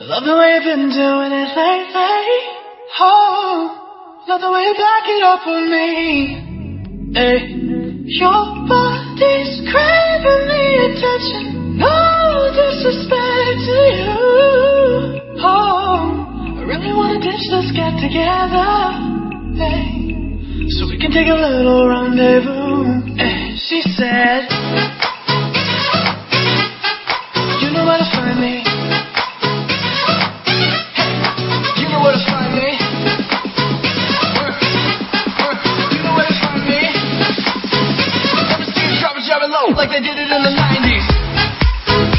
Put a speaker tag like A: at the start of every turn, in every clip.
A: Love the way you've been doing it lately. Oh, love the way you back it up on me. Hey, your body's craving the attention. No disrespect to you. Oh, I really wanna ditch this get together. Hey, so we can take a little rendezvous. Hey, eh, she said, You know where to find me. Like they did it in the 90s.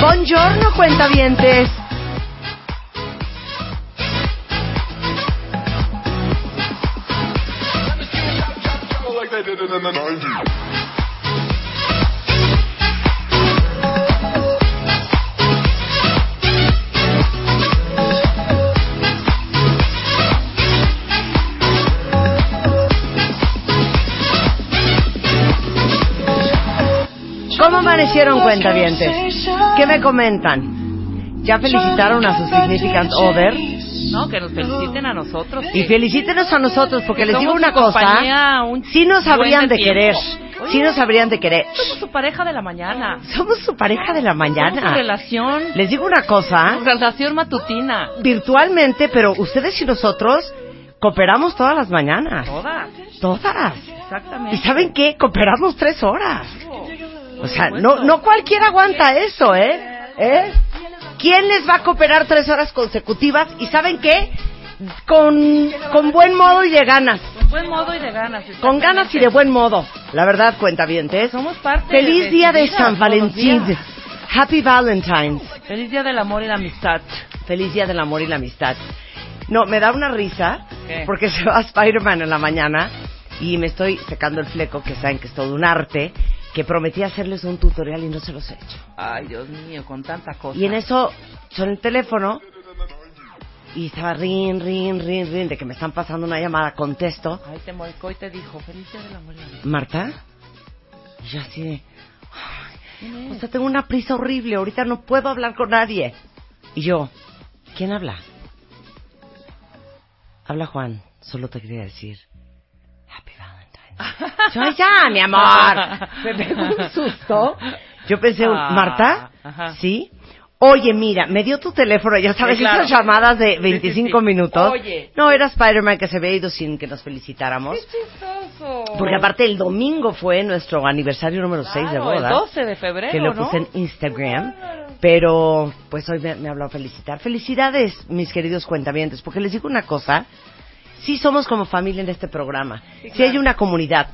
B: Buongiorno, cuentavientes.
A: Like they did it in the 90s.
B: ¿Cómo amanecieron cuentavientes? ¿Qué me comentan? ¿Ya felicitaron a sus significant other?
C: No, que nos feliciten a nosotros.
B: Y felicítenos a nosotros, porque les digo
C: Somos
B: una
C: su compañía
B: cosa,
C: un
B: sí nos
C: buen
B: habrían de
C: tiempo.
B: querer,
C: Oye,
B: sí nos habrían de querer.
C: Somos su pareja de la mañana.
B: Somos su pareja de la
C: Somos su
B: mañana.
C: relación.
B: Les digo una cosa,
C: su Relación matutina.
B: virtualmente, pero ustedes y nosotros cooperamos todas las mañanas,
C: Todas.
B: todas.
C: Exactamente.
B: ¿Y saben qué? Cooperamos tres horas. O sea,
C: supuesto.
B: no, no cualquiera aguanta eso, ¿eh? ¿Eh? ¿Quién les va a cooperar tres horas consecutivas? ¿Y saben qué? Con, con buen modo y de ganas.
C: Con buen modo y de ganas.
B: Con ganas y de buen modo. La verdad, cuenta bien, ¿eh?
C: Somos parte
B: Feliz
C: de
B: día
C: su
B: de
C: vida
B: San
C: todos los
B: Valentín.
C: días.
B: Happy Valentine's.
C: Feliz día del amor y la amistad.
B: Feliz día del amor y la amistad. No, me da una risa
C: ¿Qué?
B: porque se va Spider-Man en la mañana y me estoy secando el fleco, que saben que es todo un arte, que prometí hacerles un tutorial y no se los he hecho.
C: Ay, Dios mío, con tanta cosa.
B: Y en eso son el teléfono y estaba rin, rin, rin, rin de que me están pasando una llamada. Contesto,
C: Ay, te molcó y te dijo, feliz día del amor y la amistad.
B: Marta. Y yo así de,
C: ¿Quién
B: o
C: es?
B: sea, tengo una prisa horrible, ahorita no puedo hablar con nadie. Y yo, ¿quién habla? Habla Juan, solo te quería decir, Happy Valentine's. Yo, "Ay, ya, mi amor. Me pegó un susto. Yo pensé, un-
C: Ah,
B: Marta,
C: ajá.
B: ¿sí? Oye, mira, me dio tu teléfono, ya sabes,
C: Sí, claro.
B: esas llamadas
C: Sí,
B: de
C: sí,
B: 25
C: sí.
B: minutos.
C: Oye.
B: No, era Spider-Man que se había ido sin que nos felicitáramos.
C: ¡Qué chistoso!
B: Porque aparte el domingo fue nuestro aniversario número 6 de
C: Claro,
B: boda
C: El 12 de febrero,
B: que lo
C: ¿no?
B: puse en Instagram. Pero, pues hoy me, me habló a felicitar. Felicidades, mis queridos cuentavientes, porque les digo una cosa. Sí somos como familia en este programa. Sí,
C: Sí, claro.
B: hay una comunidad.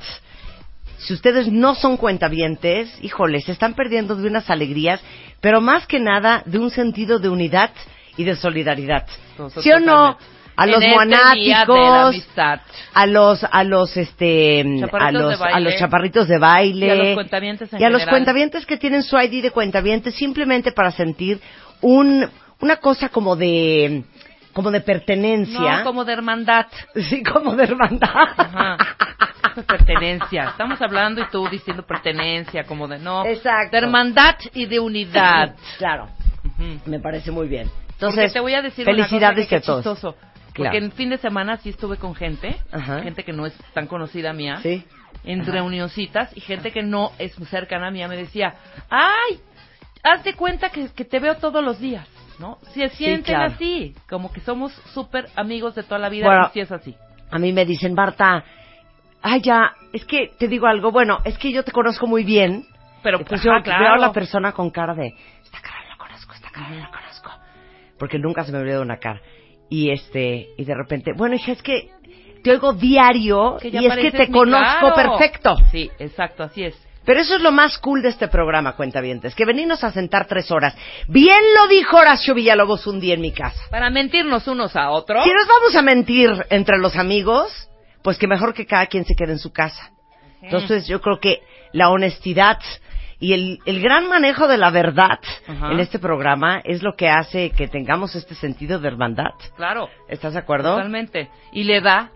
B: Si ustedes no son cuentavientes, híjole, se están perdiendo de unas alegrías, pero más que nada de un sentido de unidad y de solidaridad.
C: Nosotros
B: ¿Sí o no?
C: también.
B: A los
C: en este día de la
B: monáticos,
C: amistad.
B: a los a los este a
C: Chaparritos de
B: los a
C: baile.
B: los chaparritos de baile
C: Y a los cuentavientes en
B: y a los
C: general.
B: cuentavientes que tienen su ID de cuentavientes simplemente para sentir un una cosa como de como de pertenencia
C: No, como de hermandad.
B: sí como de hermandad
C: Ajá. Eso es pertenencia. Estamos hablando y tú diciendo pertenencia, como de no.
B: Exacto.
C: De hermandad y de unidad.
B: claro
C: Ujú.
B: me parece muy bien entonces
C: Porque te voy a decir
B: felicidades
C: una cosa que
B: a todos
C: chistoso.
B: Claro.
C: Porque en fin de semana sí estuve con gente,
B: Ajá.
C: gente que no es tan conocida mía,
B: sí
C: en
B: Ajá.
C: reunioncitas y gente que no es cercana a mí me decía, ay, haz de cuenta que, que te veo todos los días, ¿no? Se sienten
B: claro.
C: así, como que somos súper amigos de toda la vida
B: Bueno.
C: y sí es así.
B: a mí me dicen Marta ay ya es que te digo algo bueno es que yo te conozco muy bien
C: Pero
B: Entonces
C: ajá,
B: pues yo
C: claro.
B: veo a la persona con cara de, esta cara la conozco, esta cara la conozco. Porque nunca se me olvida una cara. Y este, y de repente, bueno hija, es que te oigo diario
C: Que ya
B: y es que
C: pareces
B: te
C: mi
B: conozco
C: claro.
B: perfecto.
C: Sí, exacto, así es.
B: Pero eso es lo más cool de este programa, cuentavientes, que venirnos a sentar tres horas. Bien lo dijo Horacio Villalobos un día en mi casa.
C: Para mentirnos unos a otros.
B: Si nos vamos a mentir entre los amigos, pues que mejor que cada quien se quede en su casa.
C: eh, Mm.
B: Entonces yo creo que la honestidad y el, el gran manejo de la verdad
C: Ajá.
B: en este programa es lo que hace que tengamos este sentido de hermandad.
C: Claro,
B: ¿Estás de acuerdo?
C: totalmente. Y le da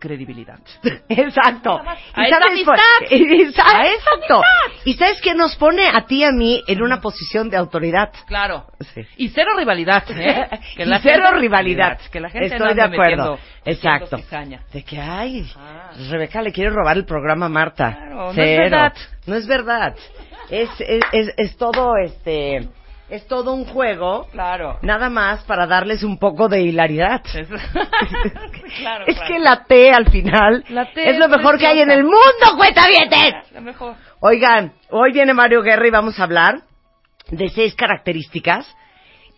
C: credibilidad.
B: Exacto.
C: A
B: ¿Y
C: esa
B: sabes por-
C: amistad.
B: y- y sa-
C: A esa
B: Exacto.
C: amistad.
B: ¿Y sabes qué nos pone a ti y a mí en una posición de autoridad?
C: Claro.
B: Sí.
C: Y cero rivalidad, ¿eh?
B: Y cero
C: gente-
B: rivalidad.
C: Que la gente
B: Estoy
C: no
B: de
C: ande
B: acuerdo.
C: metiendo-
B: Exacto.
C: metiendo cizaña.
B: De que, ay,
C: Ah.
B: Rebeca le quiere robar el programa a Marta.
C: Claro, no es
B: Cero.
C: verdad.
B: No es verdad. Es, es, es- es todo este, es todo un juego,
C: Claro.
B: nada más para darles un poco de hilaridad.
C: Es, claro,
B: es
C: claro.
B: que la T al final
C: La T
B: es lo
C: es
B: mejor que hay en
C: preciosa.
B: el mundo, cuentavietes.
C: Lo mejor.
B: Oigan, hoy viene Mario Guerra y vamos a hablar de seis características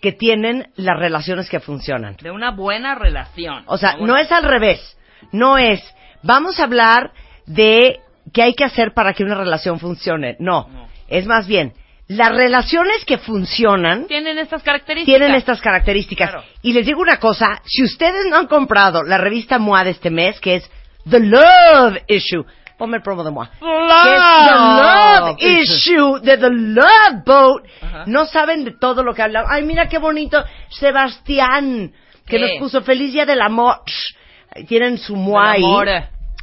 B: que tienen las relaciones que funcionan.
C: De una buena relación.
B: O sea,
C: Una
B: no
C: buena-
B: es al revés, no es, vamos a hablar de qué hay que hacer para que una relación funcione. No,
C: No.
B: es más bien, las relaciones que funcionan
C: Tienen estas características.
B: tienen estas características.
C: Claro.
B: Y les digo una cosa, si ustedes no han comprado la revista MOA de este mes, que es The Love Issue, ponme el promo de MOA que
C: ¡Claro!
B: es The Love Issue de The Love Boat.
C: Ajá.
B: No saben de todo lo que hablamos. Ay, mira qué bonito Sebastián, que
C: Sí.
B: nos puso Feliz Día del Amor. Ahí Tienen su
C: Del
B: muay.
C: amor.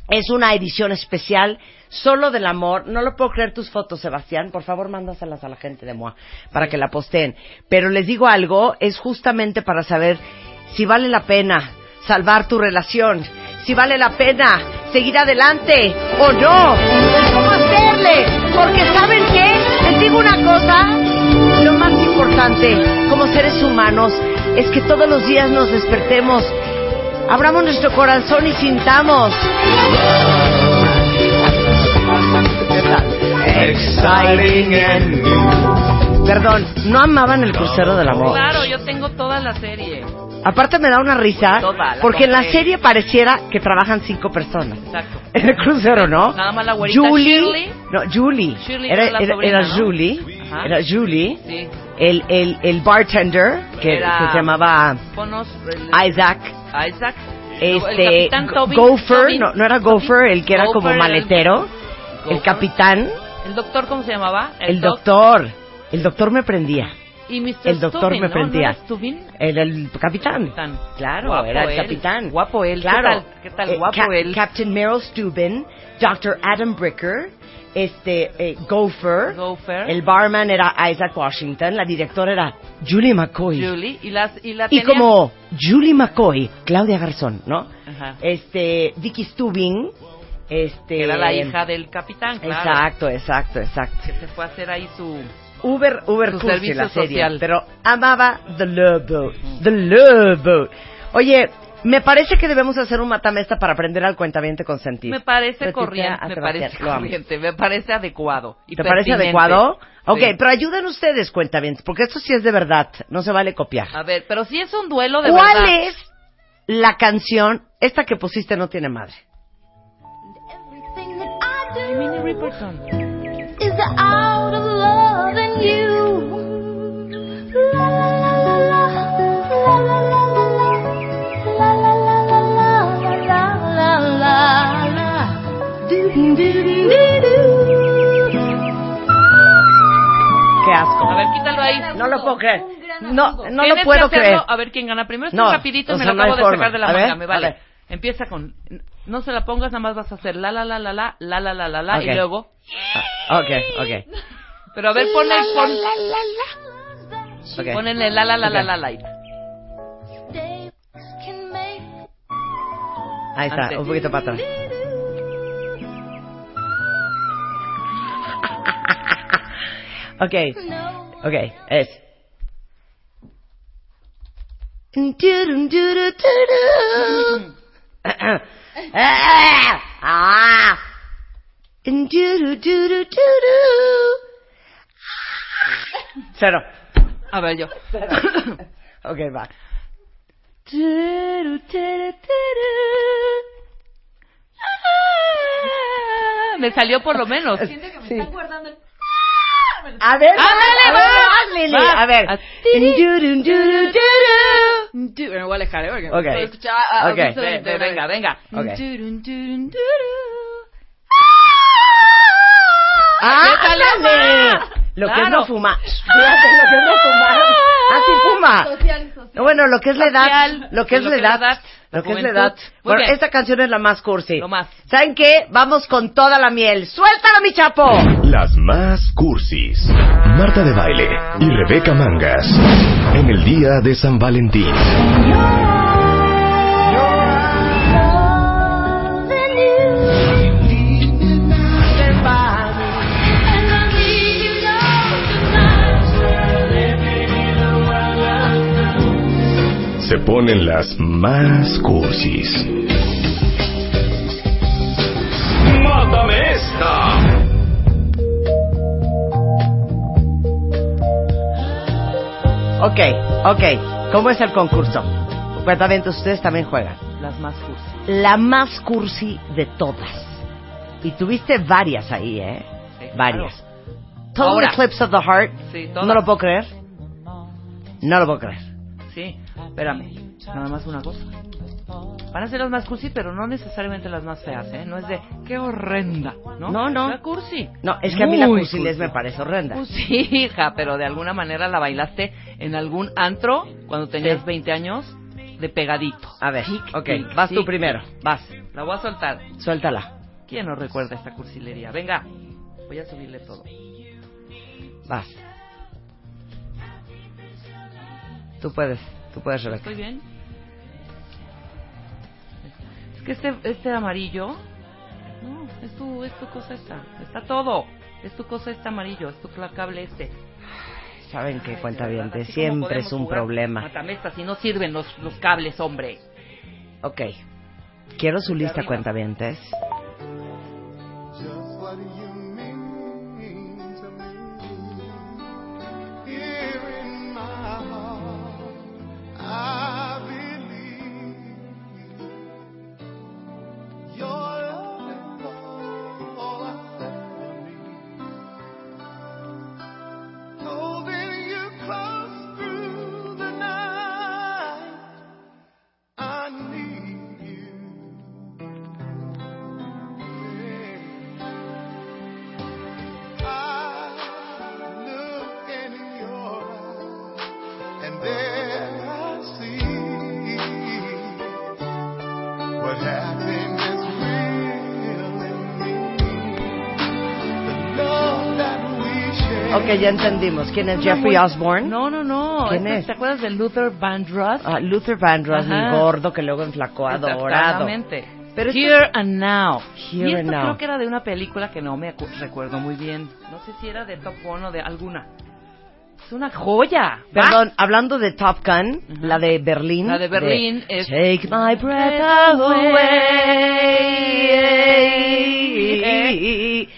B: Es una edición especial solo del amor. No lo puedo creer tus fotos, Sebastián. Por favor, mándaselas a la gente de MOA para que la posteen. Pero les digo algo, es justamente para saber si vale la pena salvar tu relación, si vale la pena seguir adelante o no. Es ¿Cómo hacerle? Porque ¿saben qué? Les digo una cosa, lo más importante como seres humanos es que todos los días nos despertemos, abramos nuestro corazón y sintamos Exciting and Perdón, no amaban el crucero del amor.
C: Claro, yo tengo toda la serie.
B: Aparte me da una risa,
C: Toda, la
B: porque en la
C: compré.
B: serie pareciera que trabajan cinco personas.
C: Exacto.
B: En el crucero, ¿no?
C: Nada más la güerita
B: Julie,
C: Shirley.
B: No, Julie.
C: Shirley
B: era,
C: era la
B: era-
C: sobrina,
B: era
C: ¿no?
B: Julie.
C: Ajá.
B: Era Julie.
C: Sí.
B: El, el, el bartender, que,
C: Era-
B: que se llamaba
C: Ponos. el- Ah,
B: Isaac.
C: Isaac.
B: Este,
C: el capitán
B: Go-
C: Tobin,
B: Gopher,
C: Tobin,
B: no, no era
C: Tobin.
B: Gopher, el que era
C: Gopher
B: como
C: el-
B: maletero. El
C: Gopher.
B: capitán,
C: El doctor, ¿cómo se llamaba?
B: el
C: doc-
B: doctor. El doctor me prendía.
C: Y Mr.
B: el doctor
C: Stubin,
B: me
C: ¿no?
B: prendía.
C: ¿No era Stubin?
B: Era el capitán.
C: Capitán.
B: Claro,
C: Guapo
B: era el
C: él.
B: capitán.
C: Guapo él. ¿Qué
B: Claro.
C: tal- qué tal
B: Eh,
C: guapo
B: Cap-
C: él?
B: Captain Meryl Steuben, Dr. Adam Bricker, este, eh, Gopher.
C: Gopher.
B: El barman era Isaac Washington, la directora era Julie McCoy.
C: Julie. Y, las, y la
B: y
C: tenía-
B: como Julie McCoy, Claudia Garzón, ¿no?
C: Ajá.
B: Este, Vicky Stubing, este...
C: Que era la hija del capitán, claro.
B: Exacto, exacto, exacto.
C: Que se fue a hacer ahí su...
B: Uber, Uber
C: Su
B: cursi
C: servicio
B: la serie,
C: social.
B: pero amaba The Love Boat, The Love Boat. Oye, me parece que debemos hacer un matamesta para aprender al cuentamiento consentido.
C: Me parece
B: Petita
C: corriente,
B: a
C: me
B: Sebastián,
C: parece
B: lo amo.
C: corriente, me parece adecuado. y
B: ¿Te parece
C: pertinente.
B: adecuado? Ok,
C: Sí.
B: pero ayuden ustedes, cuentamientos, porque esto sí es de verdad, no se vale copiar.
C: A ver, pero si es un duelo Ah, de
B: ¿Cuál
C: verdad.
B: es la canción, esta que pusiste no tiene madre?
D: Everything that I
C: Minnie
D: do
C: Riperton.
D: is out of love and you. La la la la la la la la la la la la la la la la la la. Doo doo doo doo doo.
B: Qué asco.
C: A ver, quítalo ahí.
B: No lo puedo creer.
D: Un gran
B: No, no
D: asco.
C: Tienes
B: lo
C: que
B: puedo
C: hacerlo.
B: creer.
C: A ver quién gana. Primero esto
B: No,
C: es rapidito
B: o
C: y me
B: sea,
C: lo
B: no hay
C: acabo de
B: forma.
C: sacar de la
B: A ver,
C: manga, me
B: a
C: vale.
B: ver.
C: Empieza con no se la pongas, nada más vas a hacer la la la la la la la la la la
B: Ok.
C: y luego,
B: Ah, ok, ok.
C: pero a ver ponle pon,
B: ok.
C: ponle la la la la la la.
D: Days can make
B: Ahí está,
C: Antes.
B: un poquito para atrás. ok.
D: no
B: Ok, es. Ah, ah. Cero.
C: A ver yo.
B: Ok, va.
C: Ah, me salió por lo menos.
E: Siento que me
B: Sí.
E: están guardando el...
B: A ver,
C: Ándale,
B: a ver,
C: va.
B: vas, Lili,
C: Va.
B: a ver.
C: A-
B: Dun, dun, dun, dun.
C: Mm,
E: Sí, me voy a alejar, ¿eh? Porque
B: Ok.
E: puedo escuchar
C: ah,
E: a- a
B: Ok,
E: Augusto
C: Ve, ve,
E: de-
C: venga, venga.
B: Ok.
E: Turun, turun, turun.
B: ¡Ándale!
C: ¡Neta,
B: Lo
C: Lama!
B: que es
C: Ah, Claro. Ah.
B: no fumar. Fíjate, lo que es no fumar. Así fuma.
E: Social, social.
B: Bueno, lo que es la edad.
C: Social,
B: Lo que es la edad. Lo que es la edad.
C: juventud. Muy
B: Bueno,
C: bien.
B: esta canción es la más cursi.
C: Lo más.
B: ¿Saben qué? Vamos con toda la miel. ¡Suéltala, mi chapo!
F: Las más cursis. Marta de Baile y Rebeca Mangas. En el día de San Valentín.
D: Loving you. And I need you now tonight.
F: Se ponen las más cursis. ¡Mátame esta!
B: Ok, ok. ¿Cómo es el concurso? Pues, Cuentamientos, ustedes también juegan.
C: Las más cursis.
B: La más cursi de todas. Y tuviste varias ahí, ¿eh?
C: Sí, claro.
B: varias. Total
C: Ahora.
B: Eclipse of the Heart.
C: Sí, todas.
B: no lo puedo creer. No lo puedo creer.
C: Sí, espérame. Nada más una cosa. Van a ser las más cursi, pero no necesariamente las más feas, ¿eh? No es de, qué horrenda, ¿no?
B: No, no.
C: La cursi.
B: No, es que a mí la
C: Muy
B: cursilez me parece horrenda.
C: Pues sí, hija, pero de alguna manera la bailaste en algún antro cuando tenías
B: Sí.
C: 20 años de pegadito.
B: A ver,
C: Tic,
B: ok,
C: tic,
B: vas tú
C: tic,
B: primero.
C: tic. Vas, la voy a soltar.
B: Suéltala.
C: ¿Quién no recuerda esta cursilería? Venga, voy a subirle todo.
B: Vas. Tú puedes, tú puedes, Rebeca.
C: ¿Estoy bien? Es que este, este amarillo... No, es tu, es tu cosa esta. Está todo. Es tu cosa este amarillo. Es tu cable este.
B: Saben que cuenta
C: Ay, de
B: bien,
C: verdad, así como
B: siempre
C: podemos
B: es un
C: jugar.
B: problema.
C: Mátame esta, si no sirven los, los cables, hombre.
B: Ok. Quiero su lista
C: arriba.
B: cuenta cuentavientes.
A: I need you. I look in your eyes, and there I see what happiness really means. The love that we share.
B: Ok, ya entendimos. ¿Quién es Jeffrey Osborne?
C: No, no, no.
B: ¿Quién
C: Este,
B: es?
C: ¿Te acuerdas de Luther Vandross?
B: Ah, Luther Vandross,
C: Ajá.
B: mi gordo que luego enflacó a dorado.
C: Exactamente.
B: Pero esto-
C: Here and Now.
B: Here
C: y esto
B: and Now.
C: creo que era de una película que no me acu- recuerdo muy bien. No sé si era de Top One o de alguna. Es una joya. ¿va?
B: Perdón, hablando de Top Gun,
C: Ajá.
B: la de Berlín.
C: La de Berlín es-
B: Take my breath away.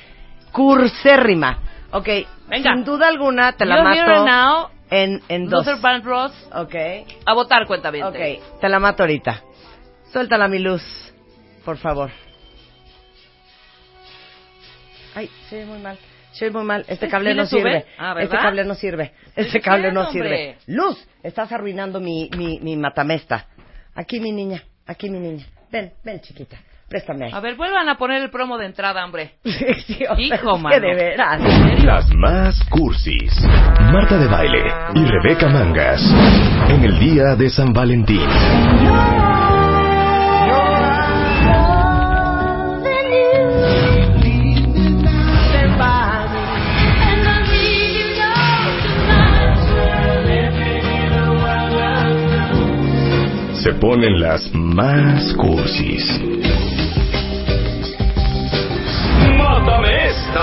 B: Cursérrima. Ok,
C: Venga.
B: sin duda alguna te la
C: Yo Here and
B: mato
C: Now,
B: en, en dos.
C: Luther Vandross,
B: Ok,
C: a votar cuenta bien.
B: ok, te la mato ahorita. Suéltala mi luz, por favor. Ay, se ve muy mal. Se ve muy mal. Este
C: ¿Sí
B: cable
C: le
B: no
C: sube?
B: sirve.
C: Ah, ¿verdad?
B: este cable no sirve. Este
C: Estoy
B: cable no
C: diciendo,
B: sirve.
C: hombre.
B: Luz, estás arruinando mi, mi, mi matamesta. Aquí mi niña, aquí mi niña. Ven, ven chiquita, préstame. ahí.
C: A ver, vuelvan a poner el promo de entrada, hombre.
B: Sí, o sea,
C: Hijo,
B: es que
C: mano.
B: de veras.
F: Las más cursis. Marta de Baile y Rebeca Mangas. En el día de San Valentín.
D: Loving you. And I need you now tonight.
F: Se ponen las más cursis. ¡Mátame esta!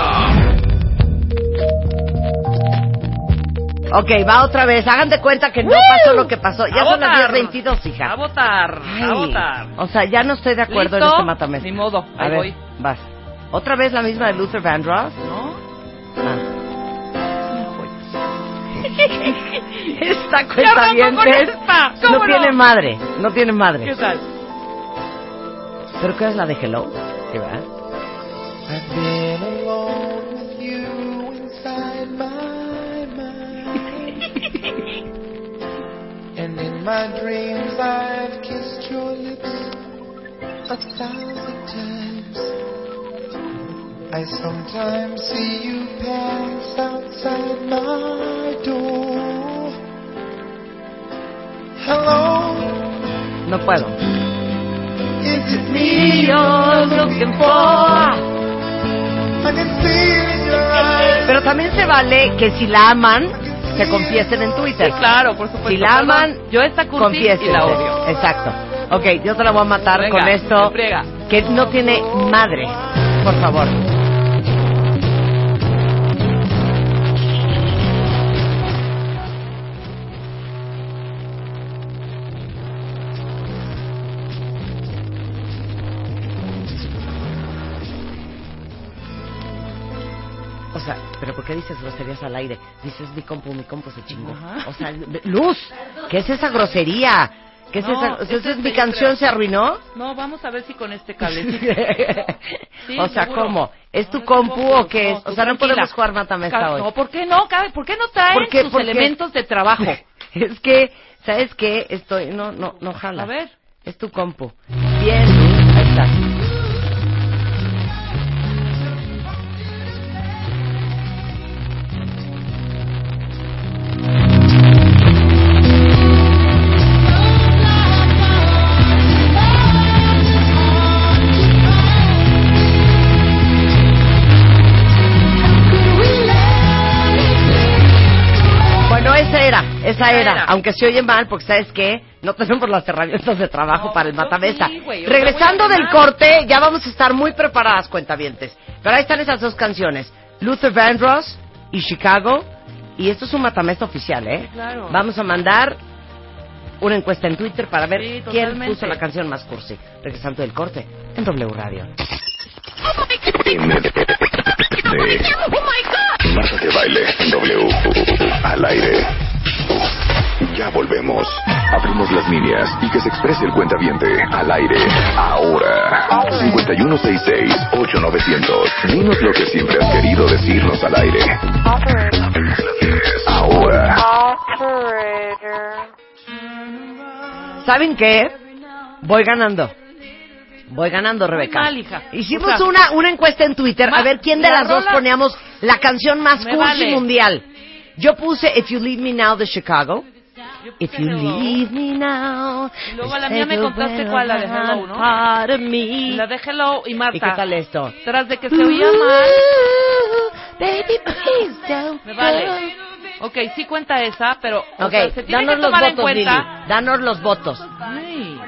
B: Ok, va otra vez. Hagan de cuenta que no pasó lo que pasó. Ya
C: a
B: son las
C: votar.
B: 10.22, hija.
C: A votar. A
B: Ay,
C: votar.
B: O sea, ya no estoy de acuerdo en
C: ¿Listo?
B: este matamesta.
C: Ni modo,
B: A
C: ahí
B: ver,
C: voy.
B: vas. ¿Otra vez la misma de Luther Vandross?
C: ¿No?
B: Ah.
C: Una joya.
B: Esta cuenta
C: arranco
B: bien
C: con esta, ¿cómo
B: no
C: no?
B: tiene madre, no tiene madre.
C: ¿Qué tal?
B: ¿Pero qué es la de Hello? Sí, ¿verdad?
A: I've been alone with you inside my mind. and in my dreams, I've kissed your lips a thousand times. I sometimes see you pass outside my door. Hello.
B: No puedo.
A: Is it me you're looking for? I can see it in your eyes.
B: Pero también se vale que si la aman, se confiesen en Twitter.
C: Claro, por supuesto.
B: Si la aman,
C: Perdón, yo esta cursi
B: Confiesen.
C: y la odio.
B: Exacto. Ok, yo te la voy a matar
C: Venga,
B: con esto
C: me friega.
B: que no tiene madre. Por favor. O sea, pero ¿por qué dices groserías al aire? Dices mi compu, mi compu se chingó.
C: Ajá.
B: O sea, Luz, ¿qué es esa grosería? ¿Qué es
C: No,
B: esa? o sea, ¿esa
C: esa
B: es
C: es
B: mi
C: película.
B: canción se arruinó?
C: No, vamos a ver si con este cablecito. Sí,
B: o sea,
C: seguro.
B: ¿cómo? ¿Es
C: No,
B: tu
C: no te
B: compu
C: preocupes,
B: o qué es?
C: tú
B: o sea, no
C: tranquila.
B: podemos jugar matamesta
C: Ca-
B: hoy.
C: No, ¿por qué no? Cabe- ¿Por qué no traen
B: ¿Por qué?
C: sus
B: ¿Por qué?
C: elementos de trabajo?
B: es que, ¿sabes qué? Estoy, no, no, no jala.
C: A ver.
B: Es tu compu. Bien, Luz, ahí está. Bueno, esa era, esa
C: Esa
B: era.
C: era.
B: Aunque se oye mal, porque ¿sabes qué? No tenemos las herramientas de trabajo
C: No,
B: para el
C: yo
B: matamesa.
C: sí, güey, yo te
B: Regresando
C: voy a
B: del
C: ganar.
B: corte, ya vamos a estar muy preparadas, cuentavientes. Pero ahí están esas dos canciones. Luther Vandross y Chicago. Y esto es un matamesta oficial, ¿eh?
C: Sí, claro.
B: Vamos a mandar una encuesta en Twitter para ver
C: Sí,
B: quién
C: totalmente.
B: puso la canción más cursi. Regresando del corte, en W Radio.
F: de
C: oh
F: Marta de Baile en W al aire. Ya volvemos. Abrimos las líneas y que se exprese el cuentaviente al aire. Ahora. 5166-8900. Dinos lo que siempre has querido decirnos al aire. Ahora.
B: ¿Saben qué? Voy ganando. Voy ganando, Rebeca.
C: mal, hija.
B: Hicimos
C: O sea,
B: una, una encuesta en Twitter a
C: ma-
B: ver quién de
C: la
B: las dos
C: rola-
B: poníamos la canción más
C: Me
B: cursi
C: vale.
B: mundial. Yo puse If You Leave Me Now de Chicago.
C: Yo
B: If
C: puse
B: You
C: Hello.
B: Leave Me Now. Este
C: Y luego a la mía me contaste cuál, la de Hello, ¿no?
B: Part of me.
C: La de Hello y Marta.
B: ¿Y qué tal esto?
C: Tras de que se oía mal.
B: Ooh, Baby, please don't
C: Me vale.
B: go.
C: Ok, sí cuenta esa, pero o
B: Ok,
C: sea, se tiene
B: danos
C: que
B: los
C: tomar en
B: votos,
C: cuenta.
B: Lili. Danos los votos.
C: Ay.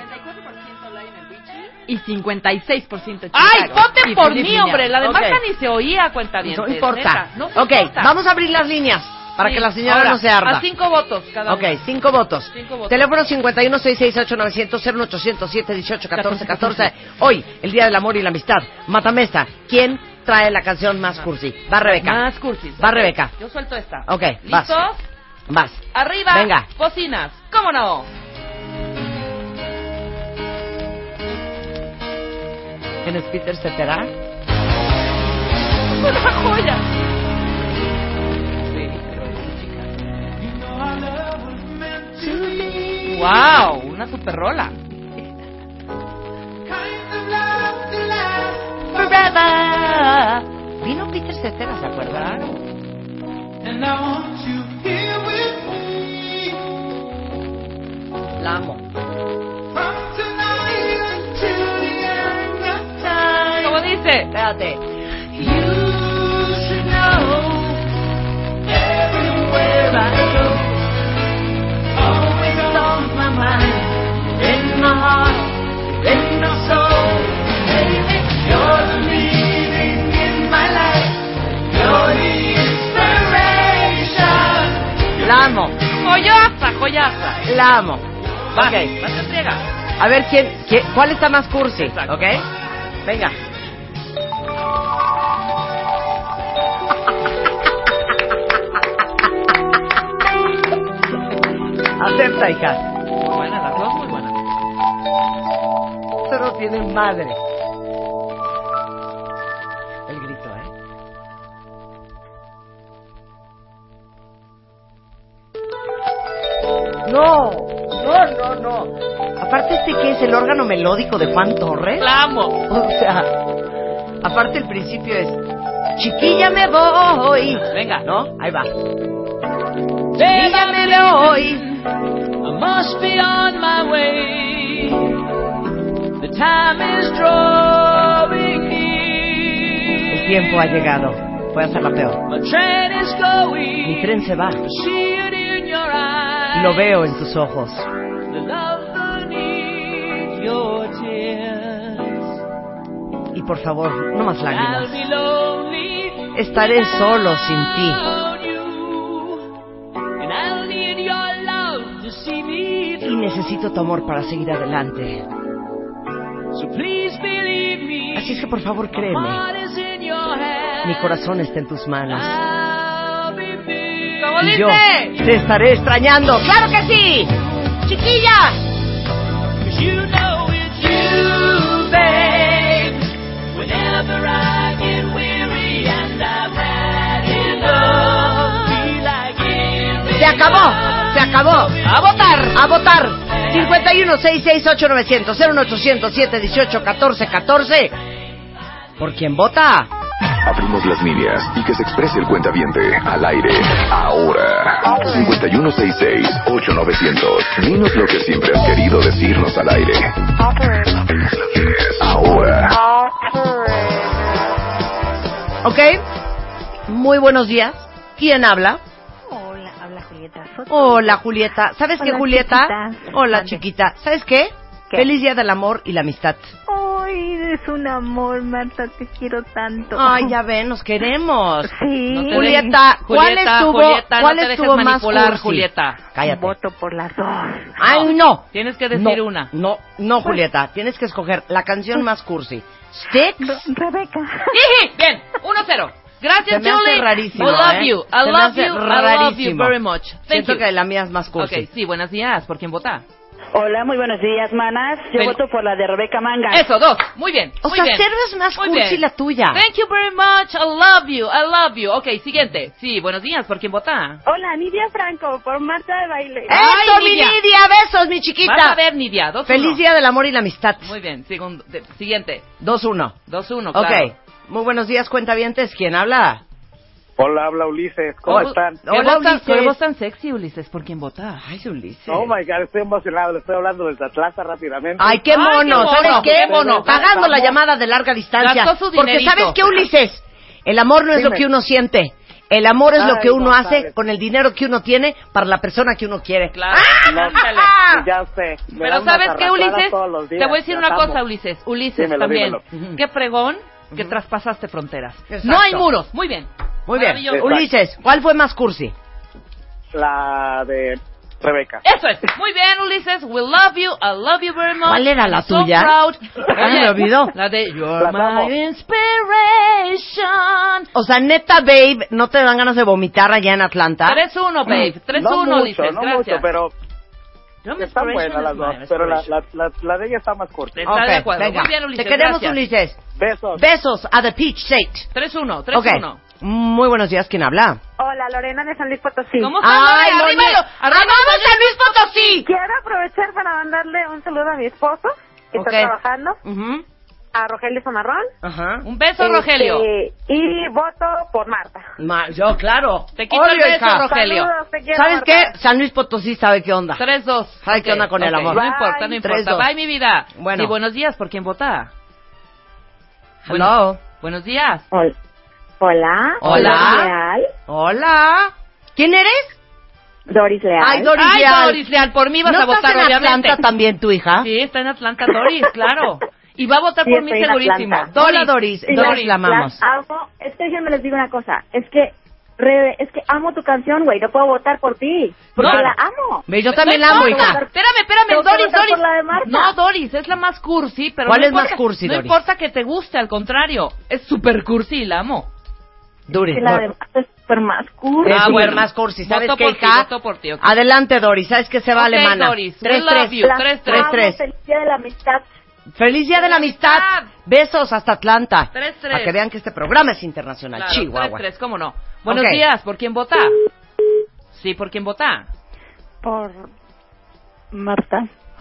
E: Y 56% Chicago.
C: Ay, voten
E: Y
C: por
E: Felipe
C: mí,
E: Piña.
C: hombre. La de
B: Ok.
C: Marta ni se oía cuenta bien.
B: No importa.
C: No
B: ok,
C: importa.
B: vamos a abrir las líneas para
C: Sí.
B: que la señora
C: Ahora,
B: no se arda.
C: A cinco votos cada
B: Ok,
C: uno.
B: cinco votos.
C: Cinco votos.
B: Teléfono 51 668 900 01807 18 14 14. Hoy, el Día del Amor y la Amistad. Matamesta, ¿quién trae la canción más cursi? Va Rebeca.
C: Más cursis.
B: Va
C: Ok,
B: Rebeca.
C: Yo suelto esta.
B: Ok, vas.
C: ¿Listos?
B: Vas.
C: Arriba.
B: Venga.
C: Bocinas. ¿Cómo no?
B: ¿Tienes Peter Cetera?
C: Una joya. Wow, una super rola.
B: Vino Peter Cetera, ¿se acuerdan?
A: And I want you here with me
B: La amo.
A: from tonight until the end of time.
C: ¿Cómo dice?
B: Espérate. La amo.
C: Joyaza, joyaza.
B: La amo.
C: Va,
B: Ok.
C: vas a entrega.
B: A ver, ¿quién, quién- ¿cuál está más cursi?
C: Exacto.
B: ¿Ok? Venga. Acepta, hija.
C: Muy buena, las dos muy buenas.
B: Esto no tiene madre. El ¿eh? No, no, no, no. Aparte este que es el órgano melódico de Juan Torres.
G: Clamo.
B: O sea, aparte el principio es chiquilla me voy.
G: Venga.
B: ¿No? Ahí va. Chiquilla me voy.
G: I must be on my way. The time is drawing
B: El
G: near.
B: tiempo ha llegado. Voy a hacer la peor.
G: My train is going.
B: Mi tren se va.
G: I See it in your eyes.
B: Lo veo en tus ojos.
G: The love beneath your tears.
B: Y por favor, no más
G: I'll
B: lágrimas.
G: be lonely.
B: Estaré solo sin ti.
G: without you. And I'll need your love to see me
B: Y necesito tu amor para seguir adelante.
G: So please believe me.
B: Así es que por favor
G: My
B: créeme.
G: heart is in your hands.
B: Mi corazón está en tus manos.
G: I'll be big.
B: Y yo te estaré extrañando. ¡Claro que sí! ¡Chiquilla!
G: 'Cause you know it's you, babe. Whenever I get weary and I've had enough, feel like giving
B: ¡Se acabó! ¡Se acabó!
G: A votar.
B: ¡A votar! 51 668 900 01800 718 1414 ¿Por quién vota?
F: Abrimos las líneas y que se exprese el cuentaviente al aire. Ahora. 5166-8900. Dinos lo que siempre has querido decirnos al aire. Abrimos las líneas. Ahora.
B: ¿Ok? Muy buenos días. ¿Quién habla?
H: Hola, habla Julieta. Soto.
B: Hola, Julieta. ¿Sabes qué,
H: Hola,
B: Julieta?
H: chiquita.
B: Hola,
H: Mande.
B: chiquita. ¿Sabes qué?
H: ¿Qué?
B: Feliz Día del Amor y la Amistad.
H: Ay, eres un amor, Marta, te quiero tanto.
B: Ay, ya ven, nos queremos.
H: Sí.
C: No te
B: Julieta, ¿cuál
C: Julieta,
B: estuvo,
C: Julieta,
B: ¿cuál
C: no te
B: estuvo
C: dejes
B: más
C: manipular,
B: cursi?
C: Julieta.
B: Cállate.
H: Voto por las dos.
B: Ay, no.
C: Tienes que decir
B: No,
C: una. Pues,
B: No, no, Julieta, tienes que escoger la canción más cursi. Sticks.
H: Re- Rebeca.
C: Iji, Bien, 1-0.
B: Se
C: Gracias,
B: me hace
C: Julie.
B: rarísimo,
C: I love
B: ¿eh?
C: you. I
B: Se me
C: love
B: hace
C: you. I love you
B: rarísimo.
C: very much. Thank
B: Siento
C: you.
B: que la mía es más cursi.
C: Ok, sí, buenos días. ¿Por quién vota?
I: Hola, muy buenos días, manas. Yo
C: Fel-
I: voto por la de Rebeca Manga.
C: Eso, dos. Muy bien.
B: O
C: muy
B: sea,
C: bien.
B: cero es más
C: Muy
B: cursi
C: bien.
B: la tuya.
C: Thank you very much. I love you. I love you. Ok, siguiente. Sí, buenos días. ¿Por quién vota?
I: Hola, Nidia Franco, por Marta de Baile.
B: ¡Eso,
C: Ay,
B: mi
C: Nidia.
B: Nidia! ¡Besos, mi chiquita!
C: Vas a ver, Nidia. Dos,
B: Feliz
C: uno.
B: Día del Amor y la Amistad.
C: Muy bien. Segundo, de- siguiente.
B: 2-1.
C: 2-1,
B: Ok.
C: claro.
B: Muy buenos días, cuentavientes. ¿Quién habla?
J: Hola, habla Ulises, ¿cómo
B: Hola.
J: están?
C: ¿Qué
B: Hola,
C: voz tan-
B: Ulises.
C: qué voz tan sexy, Ulises? ¿Por quién vota?
B: Ay, Ulises.
J: Oh my god, estoy emocionado, le estoy hablando desde Atlanta rápidamente.
B: Ay, qué
C: Ay,
B: mono,
C: qué mono,
B: ¿sabes qué?
C: qué mono.
B: Pagando la
J: Vamos.
B: llamada de larga distancia.
C: Gastó su
B: Porque
C: dinerito.
B: ¿sabes qué, Ulises? El amor no es lo
J: Dime.
B: que uno siente. El amor es lo
J: Ay,
B: que uno
J: no
B: hace
J: sabes.
B: con el dinero que uno tiene para la persona que uno quiere. Ah,
C: Claro.
J: No,
C: Ándale.
J: ya sé. me
C: Pero
J: dan unas
C: ¿sabes qué,
J: arrastradas
C: Ulises?
J: todos los días,
C: Te voy a decir
J: ya
C: una
J: estamos.
C: cosa, Ulises. Ulises
J: Dímelo,
C: también.
B: dímelo.
C: Qué pregón que traspasaste fronteras.
B: Exacto.
C: No hay muros. Muy bien.
B: Muy bien.
C: Maravilloso.
B: Ulises, ¿cuál fue más cursi?
J: La de
B: Eh,
J: Rebeca.
C: Eso es. Muy bien, Ulises. We love you. I love you very much.
B: ¿Cuál era la
C: So
B: tuya?
C: proud.
B: Ya me
C: Oye,
B: olvidó.
C: La de You're
J: Las amo.
C: my inspiration.
B: O sea, neta, babe, ¿no te dan ganas de vomitar allá en Atlanta?
C: 3-1, babe. 3-1,
J: no mucho,
C: Ulises.
J: no
C: Gracias.
J: mucho, pero
C: Your
J: están
C: inspiration
J: buenas
C: is
J: las
C: my
J: dos. Pero la,
C: inspiration.
J: la, la, la de ella está más corta.
C: Está de
B: Ok,
C: acuerdo.
B: venga.
C: Muy bien, Ulises.
B: Te queremos,
C: gracias.
B: Ulises.
J: Besos.
B: Besos a The Peach State.
C: 3-1, 3-1.
B: Ok. Muy buenos días, ¿quién habla?
I: Hola, Lorena de San Luis Potosí.
C: ¿Cómo estás?
B: ¡Ay,
C: Lore?
B: Lore!
C: Arríbalo, arríbalo,
B: ¡Amamos a Luis Potosí!
I: Quiero aprovechar para mandarle un saludo a mi esposo, que
B: Ok.
I: está trabajando,
B: Ujú,
I: a Rogelio Zamarrón.
B: Ajá.
C: Un beso,
I: Este,
C: Rogelio.
I: Y voto por Marta.
B: Ma- yo, claro.
C: Te quito el
B: Obvio,
C: beso,
B: hija.
C: Rogelio.
I: Saludos, te quiero,
B: ¿Sabes
I: Marta.
B: qué? San Luis Potosí sabe qué onda.
C: 3-2.
B: Ah. Ay, ¿qué onda con el
C: ok.
B: amor?
C: No
I: Bye.
C: importa, no
B: Tres,
C: importa.
B: dos.
C: Bye, mi vida.
B: Bueno.
C: Y buenos días, ¿por quién vota?
B: Hello.
C: Buenos días.
H: Hola. Hola.
B: Hola.
H: Leal.
B: Hola. ¿Quién eres?
H: Doris Leal.
B: Ay, Doris
C: Ay,
B: Leal.
C: Doris Leal, por mí vas
B: ¿No
C: a votar,
B: estás en
C: obviamente.
B: Atlanta también tu hija?
C: Sí, está en Atlanta, Doris, claro. Y va a votar
H: Sí,
C: por mí
H: estoy en
C: segurísimo.
H: Atlanta.
B: Hola, Doris.
H: Sí,
B: Doris, la amamos.
H: Las amo. Es que yo me les digo una cosa. Es que, Rebe, es que amo tu canción, güey. No puedo votar por ti. Porque
C: No.
H: la amo.
B: Ve, Yo también
C: No
B: la amo,
C: importa.
B: hija.
C: Espérame, espérame,
H: Tengo que
C: Doris,
H: votar
C: Doris.
H: por la de Marta.
C: No, Doris, es la más cursi, pero
B: ¿Cuál
C: no
B: es más
C: importa-
B: cursi,
C: No
B: Doris?
C: importa que te guste, al contrario, es súper cursi y la amo.
B: Doris.
H: Que la
B: Dor-
H: de Marta es súper más cool.
B: Es
C: Ah,
B: súper
C: bueno.
B: más cursi. ¿Sabes
C: Voto
B: qué,
C: por ti,
B: hija?
C: voto por ti, ok.
B: Adelante, Doris. ¿Sabes qué se va
C: Ok,
B: alemana?
C: Doris, we
B: Tres,
C: love
B: tres.
C: you.
H: Las
C: Tres, tres,
H: amo,
B: tres.
H: Feliz día de la amistad.
B: Feliz Día de la Amistad.
C: Amistad.
B: Besos hasta Atlanta.
C: Tres, tres.
B: Para que vean que este programa es internacional.
C: Claro,
B: Chihuahua.
C: Tres, tres, cómo no. Buenos
B: Ok.
C: días, ¿por quién vota? Sí, ¿por quién vota?
H: Por
K: Marta.